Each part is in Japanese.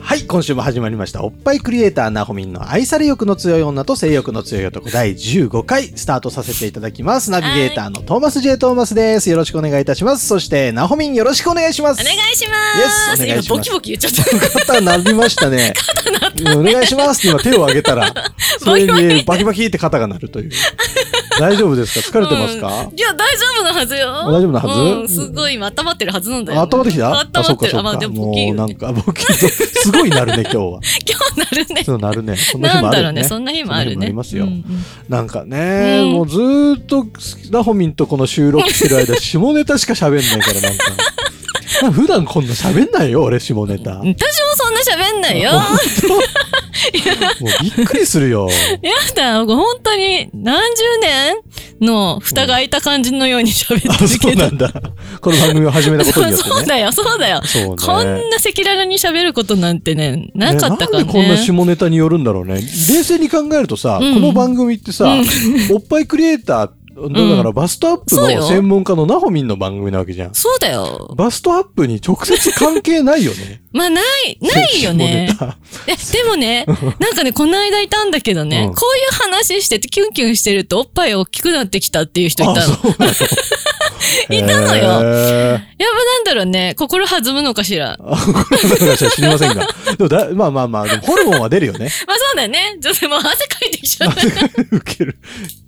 はい、今週も始まりました。おっぱいクリエイターなほみんの愛され欲の強い女と性欲の強い男第15回スタートさせていただきます。ナビゲーターのトーマス J トーマスです。よろしくお願いいたします。そして、なほみんよろしくお願いしまおす。願いしま Yes す。お願いします今ボキボキ言っちゃった。肩なりましたね。お願いしますって今手を挙げた ら、それにバキバキって肩が鳴るという。大丈夫ですか疲れてますか、いや大丈夫なはずよ。大丈夫なはずうん、すごい温まってるはずなんだよ、ね。あ頭できた温まってる。あ、そうかそうまあか。でももボキうよ、なんね。か、ボキすごいなるね、今日は。今日なるね。そうなるね。そんな日なもあんるだよろうね。ね。そんな日もあるそんな日もあね。りますようんうんなんかね、うんもうずーっとラホミンとこの収録してる 間、下ネタしか喋んないから、なんか。なんか普段こんな喋んないよ、俺、下ネタ。私もそんな喋んないよ。本当もうびっくりする よ。やだ、本当に何十年の蓋が開いた感じのように喋あ、ってるそうけど。なんだ。この番組を始めたことによってそうね。だよ、 そうだよ。そうね。こんな赤裸々に喋ることなんてね、なかったからねなんでこんなね。下ネタによるんだろうね。冷静に考えるとさ、うんこの番組ってさ、おっぱいクリエイター、だからバストアップそうのよ専門家のナホミンの番組なわけじゃん。そうだよ。バストアップに直接関係ないよね。まあ、ない、ないよね下。ネタえ、で もね、なんかね、この間いたんだけどね、うんこういう話してて、キュンキュンしてるとおっぱい大きくなってきたっていう人いたの。あ、やっそうなの いたのへーよぱなんだろうね、心弾むのかしら。まああ、これは私は知りませ んが。でもだ、まあまあまあ、でもホルモンは出るよね。そうだよね。女性も汗かいて きちゃう。受ける。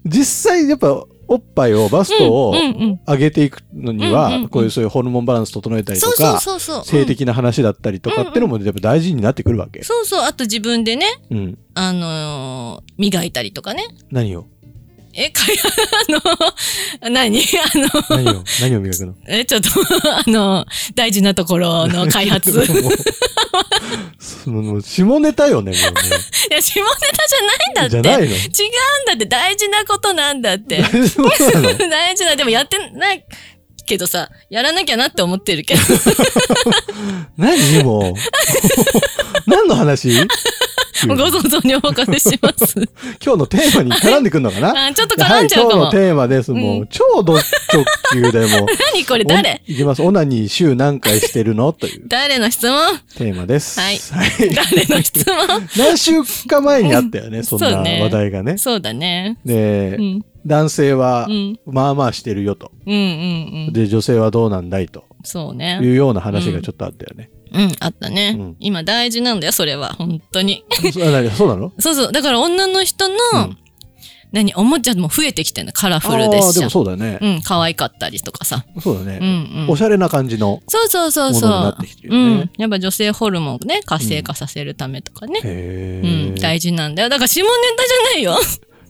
実際、やっぱ、おっぱいを、バストをうんうん上げていくのにうんうんうはん、こういうそういうホルモンバランス整えたりとそうそうか、そうそう。性的な話だったりとかってのもやっぱ大事になってくるわけうん。そうそう。あと自分でね、うん。あのー磨いたりとかね。何をえ、かや、 あの、何 あの、何を何を磨くのえ、ちょっと、あの、大事なところ の 開発。いもうそのもう下ネタよね、もうや、下ネタじゃね。ないんじだゃっないのて。違うんだって大事なことなんだって。 大丈夫なの 大事な、でもやってないけどさ、やらなきゃなって思ってるけど。何もう。 何の話もうご想像にお任せし ます。今日のテーマに絡んでくるのかなあちょっと絡んじゃうかも。はい、今日のテーマです。もう、うん超ド直球でもう。何こおれ誰いきます。オナニー週何回してるのという誰の質 問テーマです。はい誰の質問何週か前にあったよね、 そんなそうね話題がね。そうだね。で、うん。男性はう、ん。まあまあしてるよと。うんうんうん。で、女性はどうなんだいとそういね。うような話がちょっとあったよね。うん、あったね。うん今大事なんだよ、それは。本当に。 そうあ何そう なのそうそう。だから女の人の、うん何、おもちゃも増えてきてるの。カラフルであすーしでもそうだね。うん、可愛かったりとかさ。そうだうね。んうんお。しゃれな感じの。そうそうそうもそのになっうてきて。るうよねん。やっぱ女性ホルモンをね、活性化させるためとかね。へうーん、大事なんだよ。だから下ネタじゃないよ。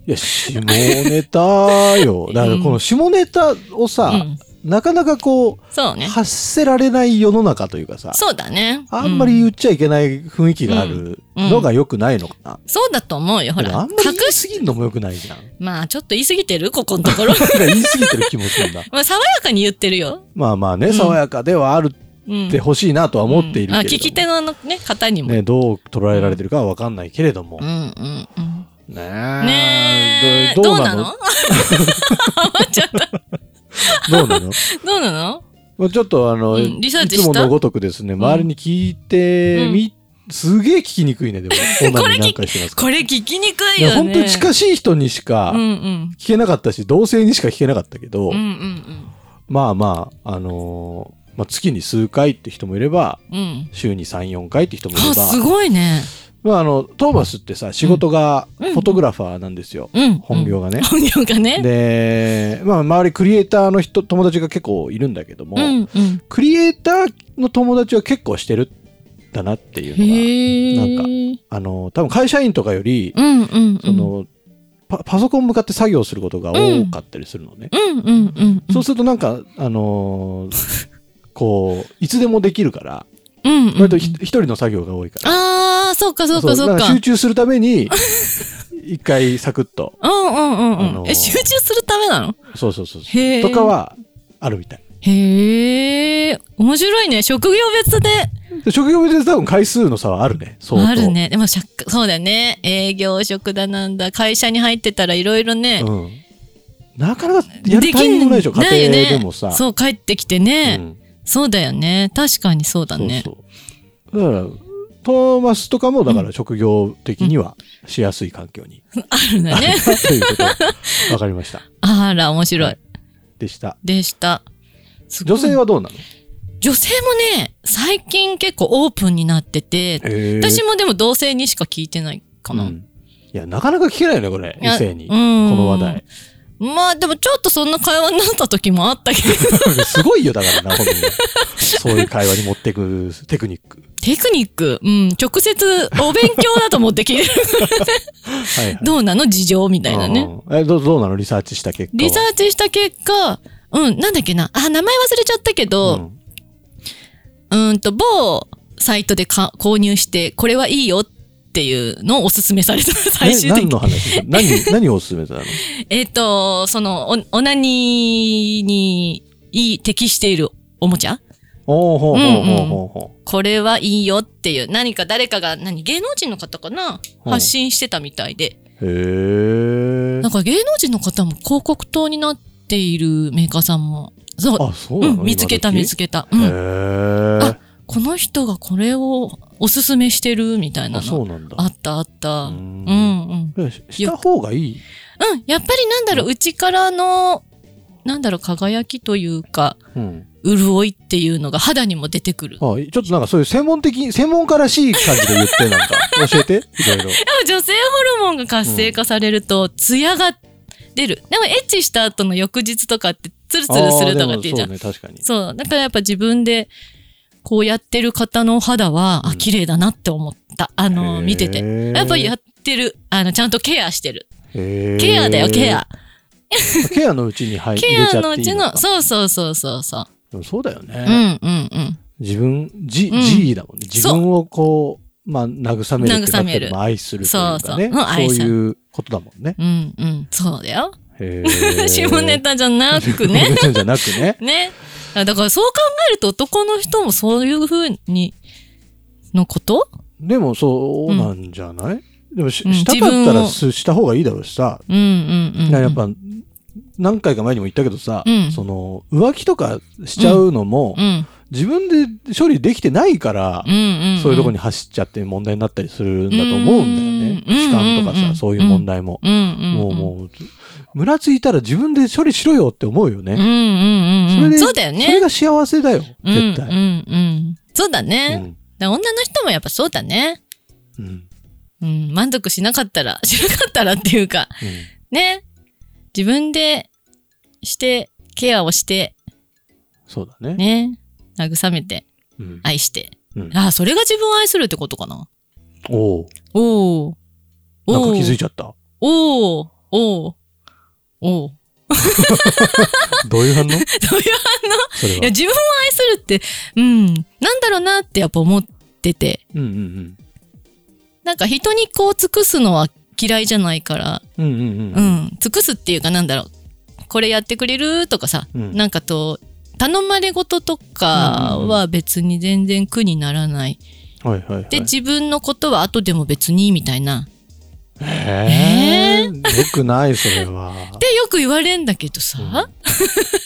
いや、下ネタよ。だからこの下ネタをさ、うん、なかなかこそうう、ね。発せられない世の中というかさ、そうだね。あんまり言っちゃいけない雰囲気があるのが良くないのかな。そうだと思うよ。ほでもらあんまり、言隠いし、過ぎるのも良くないじゃん。まあちょっと言い過ぎてるここのと ころ。なんか言い過ぎてる気もするん 。だまあ爽やかに言ってるよ。まあまあうね、ん爽やかではあるうん。ってほしいなとは思っているけれどもうんあ、聞き手のあのね、方にも。ね、どう捉えられてるかはわかんないけれどもうん。うんうん。ねねええ、どうなの余っちゃった。どうなのどうなのもうちょっとあの、うんリサーチいつしたものごとくですね、周りに聞いてみ、すげえ聞きにくいね、で も。これ聞きなんかしてますかこれ聞きにくいいや、よ本ね。当に近しい人にしかうんうん。聞けなかったし、同性にしか聞けなかったけど、うんうんまあまあ、あのーまあ、月に数回って人もいれば、うん。うん。週に3、4回って人もいれあ、ばす、ごいね。まあ、あの、トーマスってさ、仕事がフうんうんォトグラファーなんですよ。うん。本業がね。本業がね。で、まあ、周りクリエイターの人、友達が結構いるんだけども、うんうん。クリエイターの友達は結構してるんだなっていうのが、へえ。なんあの、多分会社員とかより、うんうんうん。そのパ、パソコン向かって作業することが多かったりするのね。うんうんうんうん。そうするとなんか、あのーこう、いつでもできるから、うん、うん。割とひ一人の作業が多いから。ああ、そっかそっかそうそっだか。ら集中するため に、一回サクッと。うんうんうんうん。あのーえ、集中するためなのそうそうそうそう。へえ。とか。は、あるみたい。へえ。面白いね。職業別で。で職業別で多分回数の差はあるね。相当ある。ね。でも、しゃそうだよね。営業職だなんだ。会社に入ってたらいろいろね。うん。なかなかやるタイミングもないでしょ。な家よね庭でもさ。そう、帰ってきてうね。んそうだよね。確かにそうだそうね。そう。だから、トーマスとかも、だから職業的にはしやすい環境にあるんあだるね。な ということわかりました。 あら、面白い。でした。でした。すご女い性はどうなの女性もね、最近結構オープンになってて、私もでも同性にしか聞いてないかな。うんいや、なかなか聞けないよね、これ。いや異性に。うこんの話題。 まあでもちょっとそんな会話になった時もあった けど、すごいよ、だからな、 本当に。そういう会話に持ってくテクニック。テクニック、うん、直接お勉強だと思って聞い てる。はいはい。どうなの事情みたいなね。うん。え、どどうなのリサーチした結果は。リサーチした結果、うん、なんだっけな。あ、名前忘れちゃったけうど、んうーんと、某サイトでか購入して、これはいいよっていうのをおすすめされた、え最終的何に。の話何、何をおすすめたの えっ、と、その、お、オナニーにいい適しているおもちゃおーほうほうほうほうほこれはいいよっていう、何か誰かが、何、芸能人の方かなうん発信してたみたいで。う。へえな。んか芸能人の方も広告塔になっているメーカーさんも、そう、あ、そうなうのん、見つけた見つけけた。うん。へえあ。この人がこれをおすすめしてるみたいなあ、そうなの。んだ。あったあった。ううんんうん。しした方がいいうん、やっぱりなんだろう、うちからの、なんだろう、輝きというか、うん。潤いっていうのが肌にも出てくる。あ、ちょっとなんかそういう専門的、専門家らしい感じで言って、 なんか、教えて、いろいろ。女性ホルモンが活性化されると、ツヤが出る。でも、エッチした後の翌日とかって、ツルツルするとかって言うじゃあーでもそうん。ね、確かに。そう。だからやっぱ自分で、こうやってる方の肌は、うあ、ん綺麗だなって思った。あの、見てて。てやっぱやってる。あの、ちゃんとケアしてる。ケケアだよ、ケア。。ケアのうちに入 ケ入れちゃアっのてういいちのの、かそうそうそうそうそう。でもそうだよね。うんうんうん。自分、じ、うんじいだもんね。自そう分をこう、まあ、慰めるって慰めるまあ愛するというかね。そうそううん愛するそういうことだもんね。うんうん。そうだよ。へー 下ネタじゃなくね。下ネタじゃなくね。ね。だからそう考えると男の人もそういうふうに、のことでも、そうなんじゃないでもし、うんしたかった自分らをすした方がいいだろうしさ。うんうんうん。やっぱ、何回か前にも言ったけどさうん、その、浮気とかしちゃうのもう、ん。自分で処理できてないからうん、うんうん。そういうとこに。に走っちゃって問題になったりするんだと思うんだよね。うん痴漢とかうさ、んそういう問題も。うんうんうん。もうもう、ムラついたら自分で処理しろよって思うようんうね。んうんそれうん。でそうだよそれね。が幸せだよ、絶うん対。うんうん。そうだね。うんだから女の人もやっぱそうだね。うんうんうん。満足しなかったら、しなかったらっていうか、ね。自分でして、ケアをして、そうだね。ね。慰めて、うん愛して。うんああ、それが自分を愛するってことかな。おうおお。なんか気づいて。ちゃった。おお。おお。 おお。どういう 反応どういうそれいや、は。自分を愛するって、うん、なんだろうなってやっぱ思ってて。うんうんなんか人にこう尽くすのは嫌いじゃないから、うん。うんうんううんん、尽くすっていうかなんだろう。これやってくれるとかさ、うんなんかと、頼まれ事とかは別に全然苦にならない。はいはいはい。で、自分のことは後でも別に、みたいな。えーよくない、それは。 で、よく言われんだけどさ、うん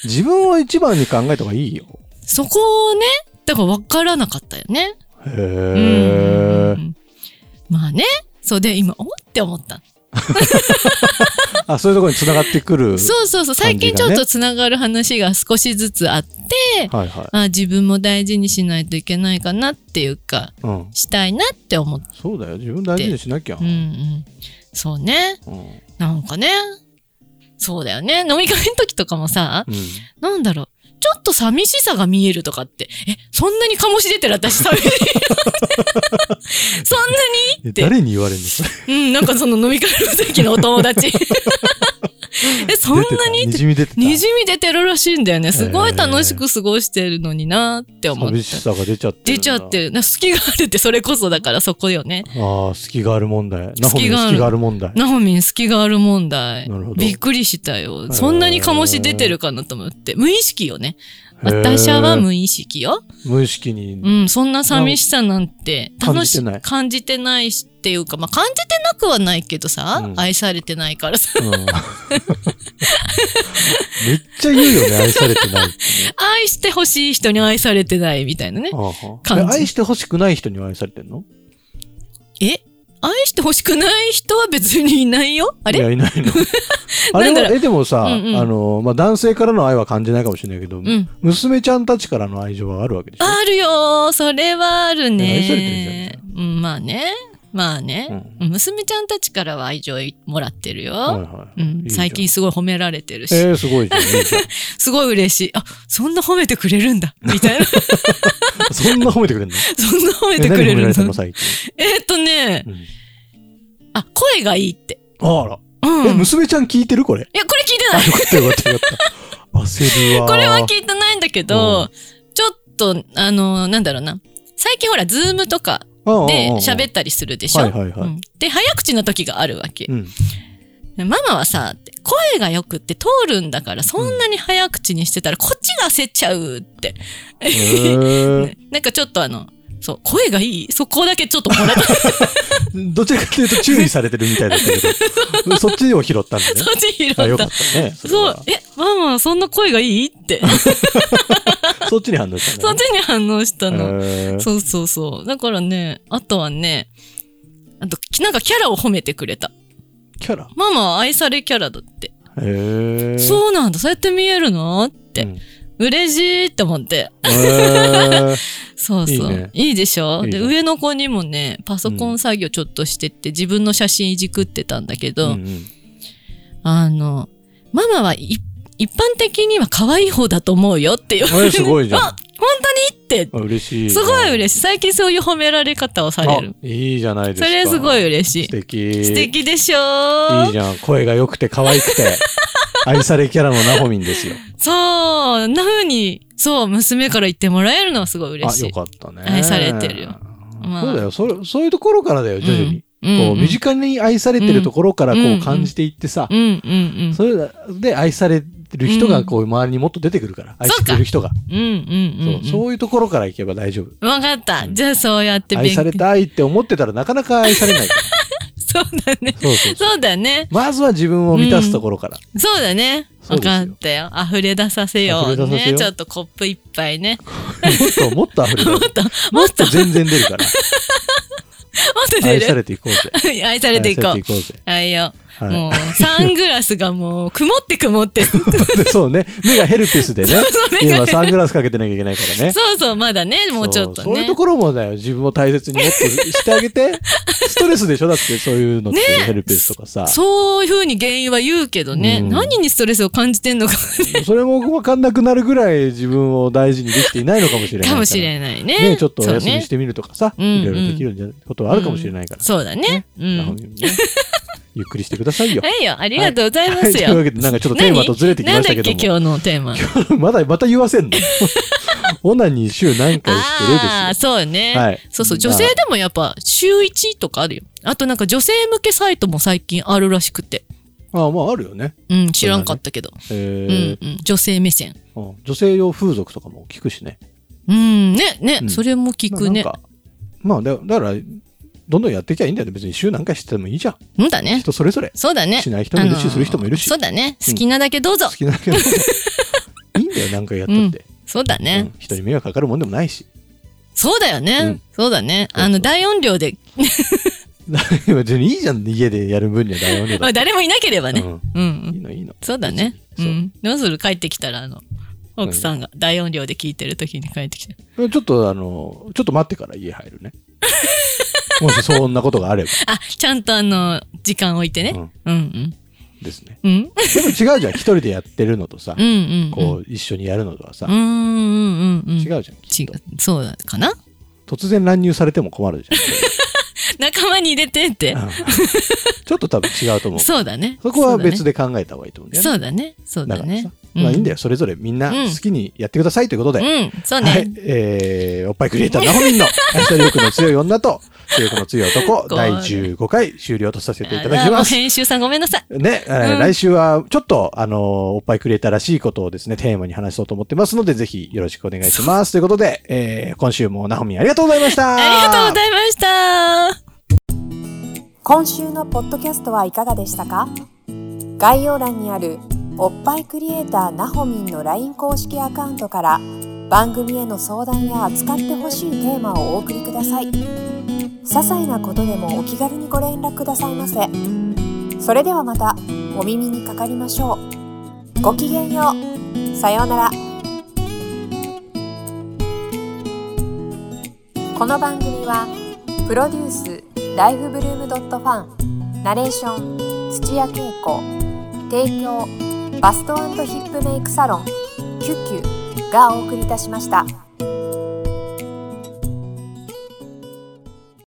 自分を一番に考えた方がいいよ。そこをね、だから分からなかったよね。へうんうんうえ。んまあね、そうで今、おって思った。あ、そういうところに繋がってくる。そうそうそう、最近感じちがょねっとつながる話が少しずつあって、はいはい。あ自分も大事にしないといけないかなっていうか、うん。したいなって思った。そうだよ。自分大事にしなきゃ。うんうん。そうね。うん。なんかね。そうだよね。飲み会の時とかもさ、うんなんだろう。ちょっと寂しさが見えるとかって、え、そんなに醸し出てる私寂し い。そんなにえって誰に言われるんですか うん、なんかその飲み会の席のお友達。え、そんなににじみ出てた。にじみ出てるらしいんだよね。すごい楽しく過ごしてるのになって思っ寂た。しさが出ちゃってるんだ。出ちゃってる。な隙があるってそれこそだからそこよね。ああ、隙がある問題。ナホミ隙ンがある隙がある問題。ナホミン隙がある問題なるほど。びっくりしたよ。ーそんなに醸し出てるかなと思って。無意識よね。へー私は無意識よ。無意識に。うん、そんな寂しさなんてな楽感じしてない感じてないしっていうか、まあ感じてなくはないけどさ、うん愛されてないからさ、うんめっちゃ言うよね、愛されてないって ね愛してほしい人に愛されてないみたいなねあ。あはあ。感えじ愛してほしくない人には愛されてんのえ愛してほしくない人は別にいないよあいれや、いない の。あれなんだは、ろえ、でもさ、うんうんあの、まあ、男性からの愛は感じないかもしれないけど、うん。娘ちゃんたちからの愛情はあるわけでしょあるよーそれはある愛されてるじゃないでね。うん、まあね。まあね、う娘ちゃんたちからは愛情もらってるよ。はいはい。うんいいじゃん最近すごい褒められてるし、えー、すごいじゃんいいじゃん。 すごい嬉しい。あ、そんな褒めてくれる んだ。みたいな。そそんな褒めて くれんのんな褒めえ、て何く褒めれらるれたのの最近。えーっとね、うんあ、声がいいって。あら。うん。え、娘ちゃん聞いてるこれ。いや、これ聞いてあ、ない。よかったよかったよかった。焦るわ。これは聞いてないんだけど、ちょっと、あの、なんだろうな。最近ほら、ズームとかで喋っったりするでしょ、はいはいはいうんで、早口の時があるわけて。う。ん。ママはさ、声がよくって通るんだから、そんなに早口にしてたら、こっちが焦っちゃうって。へーなんかちょっとあの、そう、声がいいそこだけちょっともらった。そっどちらかというと注意されてるみたいだった けど、そっちを拾ったんだね。ち拾 っあ、よかたっ。たね。れ そうは、え、ママはそんな声がいいって。そっちに反応したそっんちに反応しただね。の。へーそうそうそう。だからね、あとはね、あと、きなんかキャラを褒めてくれた。キャラママは愛されキャラだって。へえ。うそうなんだ、そうやって見えるのっん。て、嬉しいって思って。 へーそうそう。いいい,、いねでしょいいで、ね上の子にもね、パソコン作業ちょっとしてって、自分の写真いじくってたんだけうど、んうんあの、ママはい一般的には可愛い方だと思うよって言わあれれて。すごいじゃんあ。本当にって、あ嬉 しい。すごいしい嬉しい。最近そういう褒められ方をされある。。いいじゃないですそか。れすごい嬉しい素。敵。素敵でしょいいじゃん。声が良くて可愛く て、愛されキャラのナホミンですよ。そう、な風に、そう、娘から言ってもらえるのはすごい嬉しあ、いよ。かったね。愛されてるよ。まあそうだよ。そそういうところからだよ、徐々に。うんこう、うん身近に愛されてるところからこうんううん感じていってさう、んうんうん。それで愛されてる人がこう、周りにもっと出てくるから、愛してくれる人が。うんうんうんそうう、ん。そういうところからいけば大丈夫。わかった。じゃあそうやって愛されたいって思ってたらなかなか愛されない から。そうだね。そうそうそう。そうだね。まずは自分を満たすところから。そうだね。そわうですよかったよ。溢れ出させよう。溢れ出させね。ようちょっとコップ一 杯ね。もっと、もっと溢れる。もっと、もっと、もっ全然出るから。と 出愛さる。れていこうぜ。 愛されていこ愛されてい。うこう ぜ。はいよ。はいもう、サングラスがもう、曇って曇って。そでそうね。目がヘルペス でね。目が今サングラスかけてなきゃいけないから ね。うそう、まだね、もうちょっとそうそういうねと。ころもだよ。自分を大切にもっとしてあげて。ストレスでしょだってそういうのって、ヘルペスとかさ。そういうふうに原因は言うけどね、うん何にストレスを感じてんのかそれもわかんなくなるぐらい自分を大事にできていないのかもしれないから。かもしれないね。ね。ちょっとお休みしててみるとかさ。そうねいろいろできるんじゃないことはあるかもしれないから。そうだね。うなほん。みんねゆっくりしてくださいよ。はい よ、ありがとうございまはい、すといよ。うわけで、なんかちょっとテーマとずれてきましたけど何なんだっけ、今日のテーも。マ。まだ、また言わせんのオナニー週何回してるですよああー、そうね、はいそうそう、まあ女性でもやっぱ週1とかあるよ。あとなんか女性向けサイトも最近あるらしくて。ああ、まああるよね。うん、知らんかったけど。うえん、うん、女性目線。ーうん女性用風俗とかも聞くしね。うん、ね、ね、うんそれも聞くねまあ。なんかまあだ、だから、どんどんやっていきゃいいんだよね。別に週何回しててもいいじゃん。うんだね。人それぞれ。そうだね。しない人もいるしあのーする人もいるしそうだね。好きなだけどうぞ。好きなだけど。 いいんだよ、何回やったって。そうだね、うん人に迷惑かかるもんでもないし。そうだよね。うんそうだね。そうそうあの、大音量で、別にいいじゃん、家でやる分には大音量まだあ、。誰もいなければね。うん。うんいいの、いいの。そうだね。う別にん。どうする帰ってきたら、あの、奥さんが大音量で聞いてる時に帰ってきて。そうちょっと、あの、ちょっと待ってから家入 るね。もしそんなことがあればあ、ちゃんとあの、時間置いてね。うんうん。ですね。うんうんでも違うじゃん、一人でやってるのとさう、んうん。こう、一緒にやるのとはさう、んうんうんうん。違違う。うじゃん。きっとそうかな突然乱入されても困るじゃん。仲間に入れてって う。んちょっと多分違うと思う。そうだね。そこは別で考えた方がいいと思うんだよね。そうだね。そうだからねさ。まあいいんだよ。それぞれみんな好きにやってくださいということで。うん、そうはねい。。えー、おっぱいクリエイターナホ ミンの愛した力の強い女と、性欲の強い男、ご第めん15回終了とさせていただきあらもうます。編集さんごめんなさい。ね、えーうん来週はちょっと、あのーおっぱいクリエイターらしいことをですね、テーマに話そうと思ってますので、ぜひよろしくお願いします。ということで、えー、今週もナホミンありがとうございました。ありがとうございました。今週のポッドキャストはいかがでしたか概要欄にあるおっぱいクリエイターなほみんの LINE 公式アカウントから番組への相談や扱ってほしいテーマをお送りください些細なことでもお気軽にご連絡くださいませそれではまたお耳にかかりましょうごきげんようさようならこの番組は「プロデュースライフブルームドットファンナレーション土屋恵子提供バストヒップメイクサロン「キュッキュ」がお送りいたしました。